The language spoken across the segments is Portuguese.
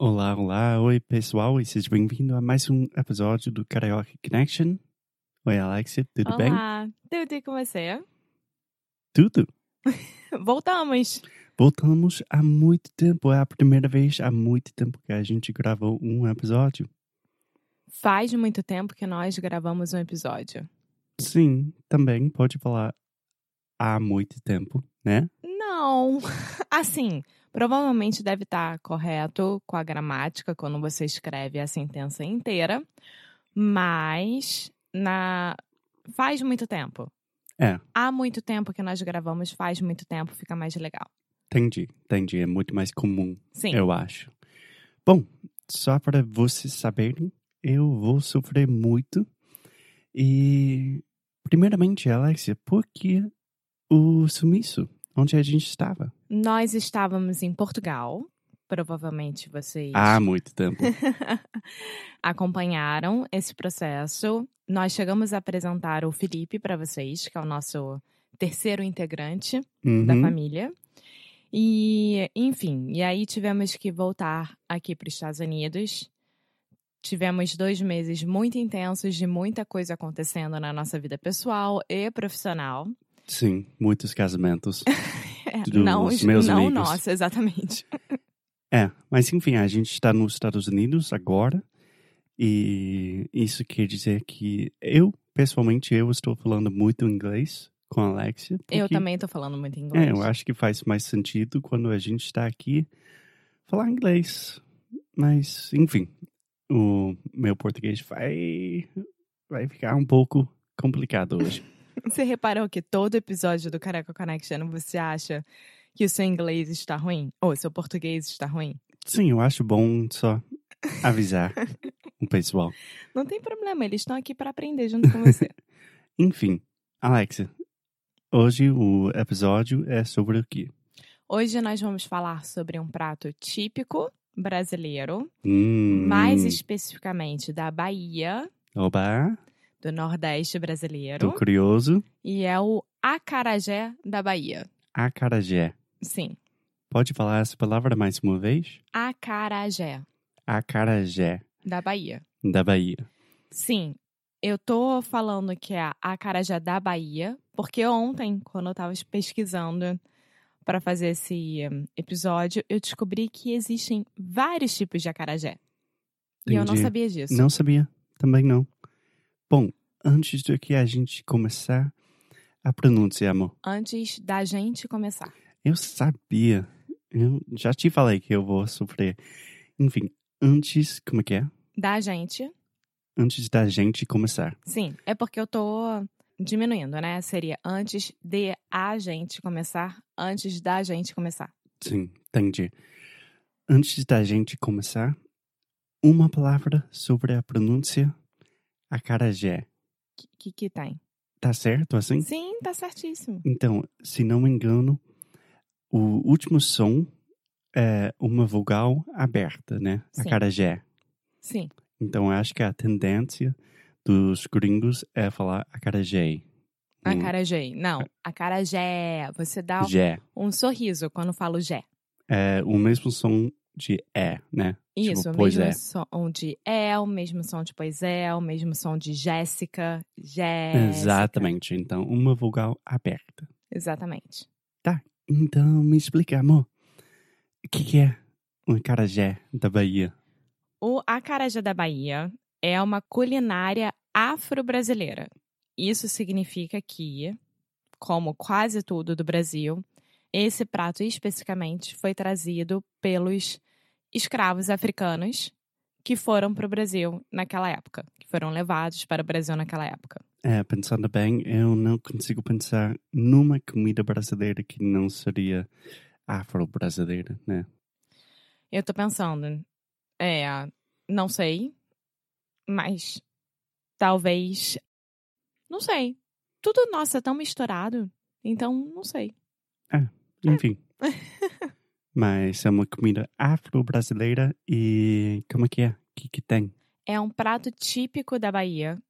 Olá, olá, oi pessoal, e seja bem-vindo a mais um episódio do Carioca Connection. Oi, Alexia, tudo bem? Olá, tudo e com você? Tudo. Voltamos. Voltamos há muito tempo, é a primeira vez há muito tempo que a gente gravou um episódio. Faz muito tempo que nós gravamos um episódio. Sim, também pode falar há muito tempo, né? Não, assim, provavelmente deve estar correto com a gramática quando você escreve a sentença inteira, mas na faz muito tempo. É, Há muito tempo que nós gravamos, faz muito tempo, fica mais legal. entendi, entendi, é muito mais comum, Sim. eu acho. Bom, só para vocês saberem, eu vou sofrer muito. E, primeiramente, Alexia, por que o sumiço? Onde a gente estava? Nós estávamos em Portugal, provavelmente vocês Há muito tempo. acompanharam esse processo. Nós chegamos a apresentar o Felipe para vocês, que é o nosso terceiro integrante da Uhum. família. E, enfim, e aí tivemos que voltar aqui para os Estados Unidos. Tivemos dois meses muito intensos de muita coisa acontecendo na nossa vida pessoal e profissional. Sim, muitos casamentos. É, Dos não os- meus não amigos. nossa, exatamente. É, mas enfim, a gente está nos Estados Unidos agora e isso quer dizer que eu, pessoalmente, eu estou falando muito inglês com a Alexia. Eu porque- também tô falando muito inglês. É, eu acho que faz mais sentido quando a gente está aqui falar inglês. Mas, enfim, o meu português vai, vai ficar um pouco complicado hoje. Você reparou que todo episódio do Careca Connection você acha que o seu inglês está ruim? Ou o seu português está ruim? Sim, eu acho bom só avisar o pessoal. Não tem problema, eles estão aqui para aprender junto com você. Enfim, Alexa, hoje o episódio é sobre o quê? Hoje nós vamos falar sobre um prato típico brasileiro, Hum, mais especificamente da Bahia, Oba, do Nordeste tô brasileiro, curioso. e é o acarajé da Bahia. Acarajé. Sim, Pode falar essa palavra mais uma vez? acarajé Acarajé, da Bahia. da Bahia. Sim, eu tô falando que é a acarajé da Bahia, porque ontem, quando eu tava pesquisando para fazer esse hum, episódio, eu descobri que existem vários tipos de acarajé. E eu não Entendi. sabia disso. Não sabia, também não. Bom, antes do que a gente começar a pronúncia, amor, antes da gente começar. eu sabia. Eu já te falei que eu vou sofrer. Enfim, antes, como é que é? Da gente, Antes da gente começar. sim, é porque eu tô diminuindo, né? Seria antes de a gente começar, antes da gente começar. Sim, entendi. Antes da gente começar, uma palavra sobre a pronúncia acarajé. Que que, que tem? Tá certo assim? Sim, tá certíssimo. Então, se não me engano, o último som é uma vogal aberta, né? Sim. Acarajé. Sim, Então, eu acho que a tendência dos gringos é falar acarajé. Hum, acarajé. Não, acarajé. Você dá Jé. um sorriso quando falo jé. É o mesmo som de é, né? Tipo, Isso, o pois mesmo é. som de é, o mesmo som de pois é, o mesmo som de Jéssica, Jéssica. Exatamente. Então, uma vogal aberta. Exatamente. Então, me explica, amor. O que, que é um acarajé da Bahia? O acarajé da Bahia é uma culinária afro-brasileira. Isso significa que, como quase tudo do Brasil, esse prato especificamente foi trazido pelos escravos africanos que foram para o Brasil naquela época, que foram levados para o Brasil naquela época. É, pensando bem, eu não consigo pensar numa comida brasileira que não seria afro-brasileira, né? Eu tô pensando, é, não sei, mas talvez, não sei. Tudo nosso é tão misturado, então não sei. Enfim. Mas é uma comida afro-brasileira e como é que é? O que, que tem? É um prato típico da Bahia.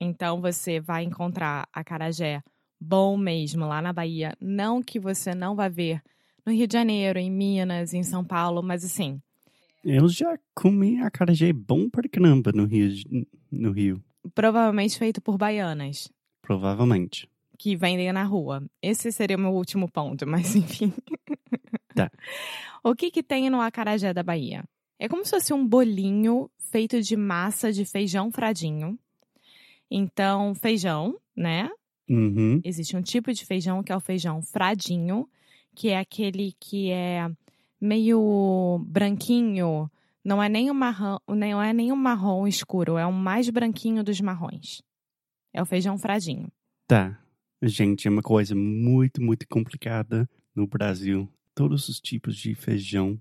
Então você vai encontrar acarajé bom mesmo lá na Bahia. Não que você não vá ver no Rio de Janeiro, em Minas, em São Paulo, mas assim, Eu já comi acarajé bom pra caramba no Rio, de- no Rio provavelmente feito por baianas provavelmente. que vendem na rua. Esse seria o meu último ponto, mas enfim. Tá. O que que tem no acarajé da Bahia? É como se fosse um bolinho feito de massa de feijão fradinho. Então, feijão, né? Uhum. Existe um tipo de feijão que é o feijão fradinho, que é aquele que é meio branquinho, não é nem um marrom, não é nem um marrom escuro, é o mais branquinho dos marrons. É o feijão fradinho. Tá. Gente, é uma coisa muito, muito complicada no Brasil. Todos os tipos de feijão.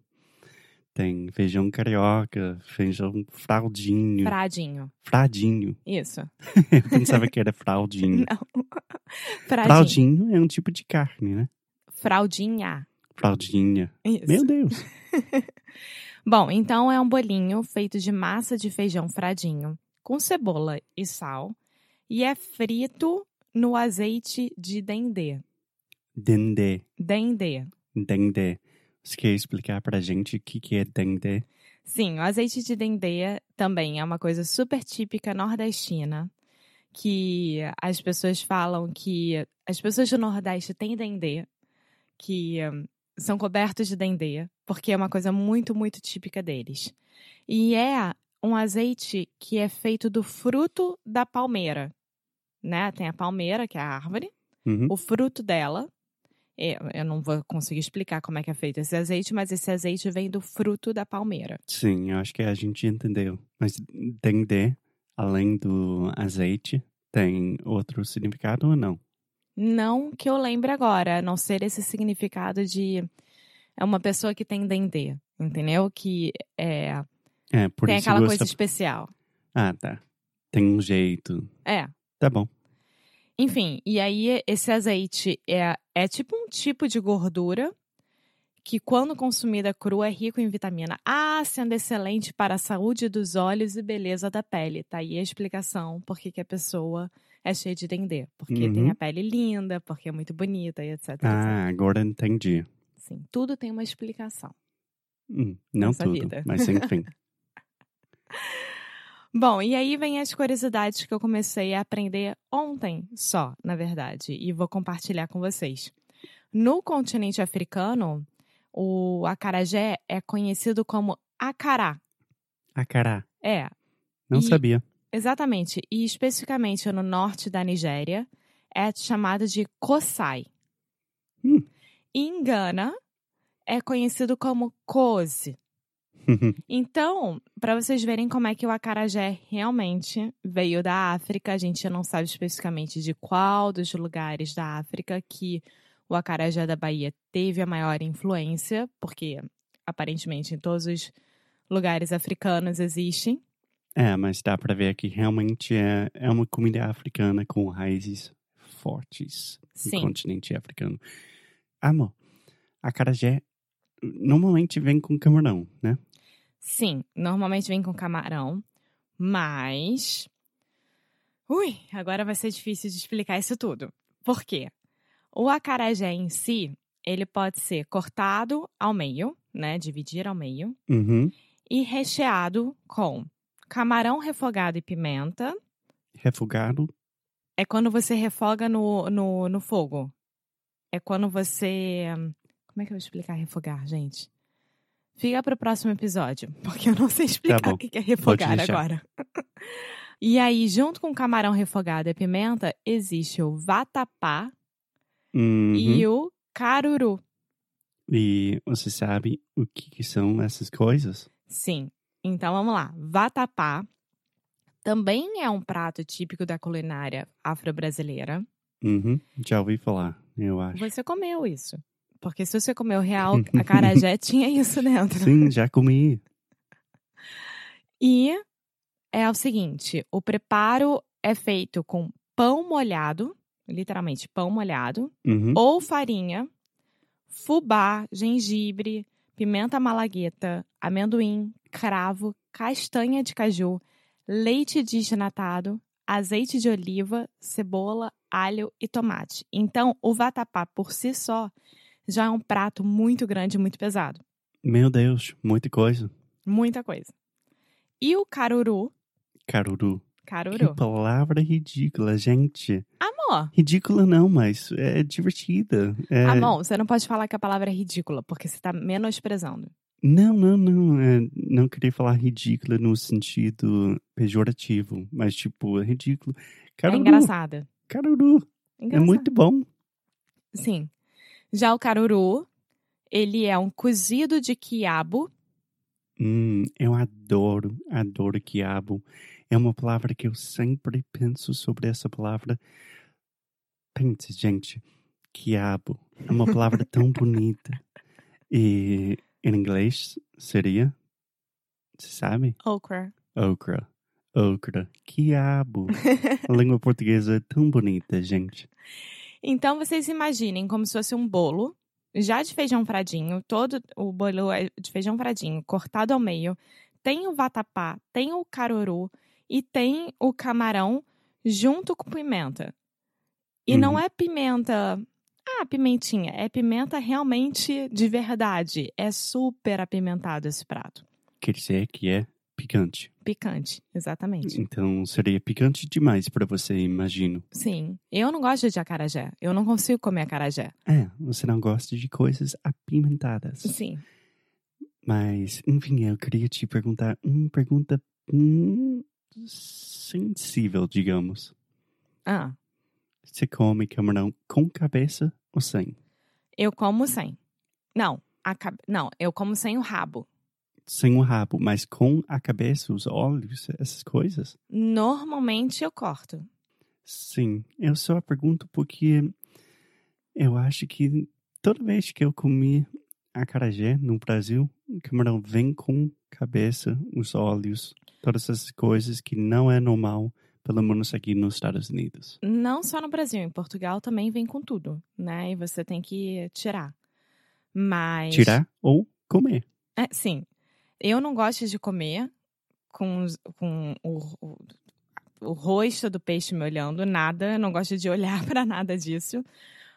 Tem feijão carioca, feijão fraldinho, Fradinho. fradinho. Isso. Eu pensava que era fraldinho. Não. Fradinho. Fraldinho é um tipo de carne, né? Fraldinha. Fraldinha. Isso. Meu Deus. Bom, então é um bolinho feito de massa de feijão fradinho, com cebola e sal, e é frito no azeite de dendê. Dendê. Dendê. Dendê. Você quer explicar pra gente o que, que é dendê? Sim, o azeite de dendê também é uma coisa super típica nordestina, que as pessoas falam que as pessoas do Nordeste têm dendê, que hum, são cobertos de dendê, porque é uma coisa muito, muito típica deles. E é um azeite que é feito do fruto da palmeira, né? Tem a palmeira, que é a árvore, Uhum. o fruto dela. é, Eu não vou conseguir explicar como é que é feito esse azeite, mas esse azeite vem do fruto da palmeira. Sim, eu acho que a gente entendeu. Mas dendê, além do azeite, tem outro significado ou não? Não que eu lembre agora, a não ser esse significado de é uma pessoa que tem dendê, entendeu? Que é, É, por tem isso aquela gosta... coisa especial. Ah, tá. Tem um jeito. É. Tá bom. Enfim, e aí esse azeite é, é tipo um tipo de gordura que, quando consumida crua, é rico em vitamina A, sendo excelente para a saúde dos olhos e beleza da pele. Tá aí a explicação por que que a pessoa é cheia de dendê. Porque tem Uhum. a pele linda, porque é muito bonita e etc. etc. Ah, agora entendi. Sim, tudo tem uma explicação. Hum, não Nossa tudo, vida. mas enfim. Bom, e aí vem as curiosidades que eu comecei a aprender ontem só, na verdade, e vou compartilhar com vocês. No continente africano, o acarajé é conhecido como acará. Acará. É, Ah, Não E- sabia. exatamente. E especificamente no norte da Nigéria, é chamado de kosai. Hum. E em Gana, é conhecido como kose. Então, para vocês verem como é que o acarajé realmente veio da África, a gente não sabe especificamente de qual dos lugares da África que o acarajé da Bahia teve a maior influência, porque aparentemente em todos os lugares africanos existem. é, mas dá pra ver que realmente é, é uma comida africana com raízes fortes no Sim, continente africano. Amor, acarajé normalmente vem com camarão, né? sim, normalmente vem com camarão, mas Ui, agora vai ser difícil de explicar isso tudo. Por quê? O acarajé em si, ele pode ser cortado ao meio, né, dividir ao meio, Uhum. e recheado com camarão refogado e pimenta. Refogado. É quando você refoga no, no, no fogo. É quando você... hum, Como é que eu vou explicar refogar, gente? Fica para o próximo episódio, porque eu não sei explicar Tá bom. o que que é refogar deixar. agora. E aí, junto com o camarão refogado e pimenta, existe o vatapá, Uhum. e o caruru. E você sabe o que, que são essas coisas? Sim. Então vamos lá. Vatapá também é um prato típico da culinária afro-brasileira. Uhum. Já ouvi falar, eu acho. Você comeu isso. Porque se você comeu real, a carajé tinha isso dentro. Sim, já comi. E é o seguinte: o preparo é feito com pão molhado, literalmente pão molhado, Uhum. ou farinha, fubá, gengibre, pimenta malagueta, amendoim, cravo, castanha de caju, leite desnatado, azeite de oliva, cebola, alho e tomate. Então, o vatapá por si só já é um prato muito grande, e muito pesado. Meu Deus, muita coisa. Muita coisa. E o caruru? Caruru. Que Caruru. palavra ridícula, gente. Amor, Ridícula não, mas é divertida. É... Amon, você não pode falar que a palavra é ridícula, porque você tá menosprezando. Não, não, não. é, não queria falar ridícula no sentido pejorativo, mas tipo, é ridículo. Caruru, É engraçada. caruru, é Engraçado. muito bom. Sim. Já o caruru, ele é um cozido de quiabo. Hum, eu adoro, adoro quiabo. É uma palavra que eu sempre penso sobre essa palavra. Pense, gente, quiabo é uma palavra tão bonita. E em inglês seria, você sabe? Okra. Okra. Okra. Quiabo. A língua portuguesa é tão bonita, gente. Então vocês imaginem como se fosse um bolo, já de feijão fradinho, todo o bolo é de feijão fradinho, cortado ao meio. Tem o vatapá, tem o caruru e tem o camarão junto com pimenta. E não Uhum. é pimenta. Ah, pimentinha. É pimenta realmente de verdade. É super apimentado esse prato. Quer dizer que é picante. Picante, exatamente. Então seria picante demais para você, imagino. Sim. Eu não gosto de acarajé. Eu não consigo comer acarajé. É, você não gosta de coisas apimentadas. Sim. Mas, enfim, eu queria te perguntar uma pergunta hum, sensível, digamos. Ah, Você come camarão com cabeça ou sem? eu como sem. Não, a cabe- não, eu como sem o rabo. Sem o rabo, mas com a cabeça, os olhos, essas coisas? Normalmente eu corto. Sim, eu só pergunto porque eu acho que toda vez que eu comi acarajé no Brasil, o camarão vem com cabeça, os olhos, todas essas coisas que não é normal, pelo menos aqui nos Estados Unidos. Não só no Brasil, em Portugal também vem com tudo, né? E você tem que tirar. Mas. Tirar ou comer. É, sim. Eu não gosto de comer com, os- com o, o, o rosto do peixe me olhando, nada. Eu não gosto de olhar pra nada disso.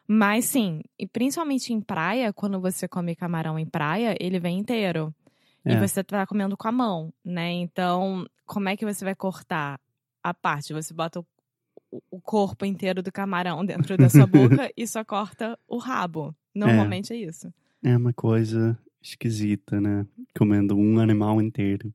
Mas sim, e principalmente em praia, quando você come camarão em praia, ele vem inteiro. E É. você tá comendo com a mão, né? Então, como é que você vai cortar a parte? Você bota o, o- o corpo inteiro do camarão dentro da sua boca e só corta o rabo. Normalmente é isso. É uma coisa esquisita, né? Comendo um animal inteiro.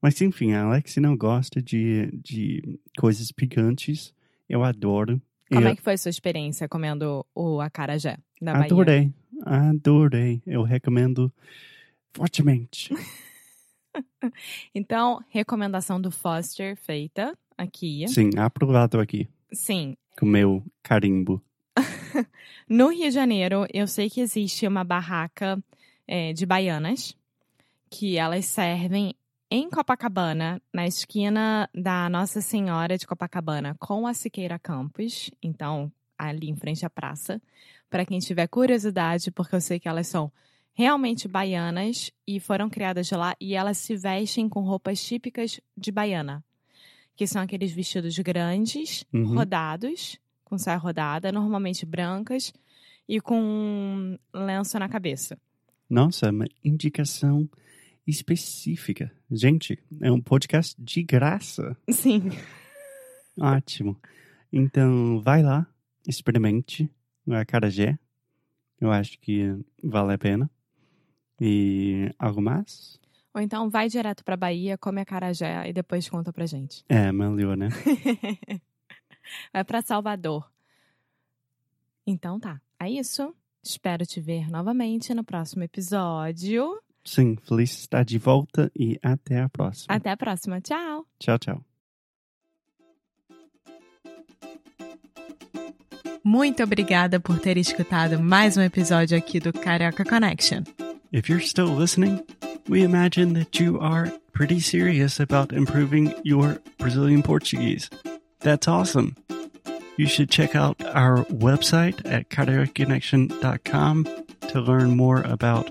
Mas enfim, a Alex não gosta de, de coisas picantes. Eu adoro. Como eu... é que foi a sua experiência comendo o acarajé da Ah, Bahia? Adorei, adorei. Eu recomendo fortemente. Então, recomendação do Foster feita aqui. Sim, aprovado aqui, Sim. com meu carimbo. No Rio de Janeiro, eu sei que existe uma barraca eh, de baianas que elas servem em Copacabana, na esquina da Nossa Senhora de Copacabana, com a Siqueira Campos. Então, ali em frente à praça. Para quem tiver curiosidade, porque eu sei que elas são realmente baianas e foram criadas de lá e elas se vestem com roupas típicas de baiana, que são aqueles vestidos grandes, Uhum. rodados, com saia rodada, normalmente brancas e com um lenço na cabeça. Nossa, uma indicação específica. Gente, é um podcast de graça. Sim. Ótimo. Então, vai lá, experimente o acarajé. Eu acho que vale a pena. E algo mais? Ou então vai direto pra Bahia, come a carajé e depois conta pra gente. É, melhor, né? Vai pra Salvador. Então tá, é isso. Espero te ver novamente no próximo episódio. Sim, Feliz está de volta e até a próxima. Até a próxima, tchau! Tchau, tchau. Muito obrigada por ter escutado mais um episódio aqui do Carioca Connection. If you're still listening, we imagine that you are pretty serious about improving your Brazilian Portuguese. That's awesome. You should check out our website at CariocaConnection.com to learn more about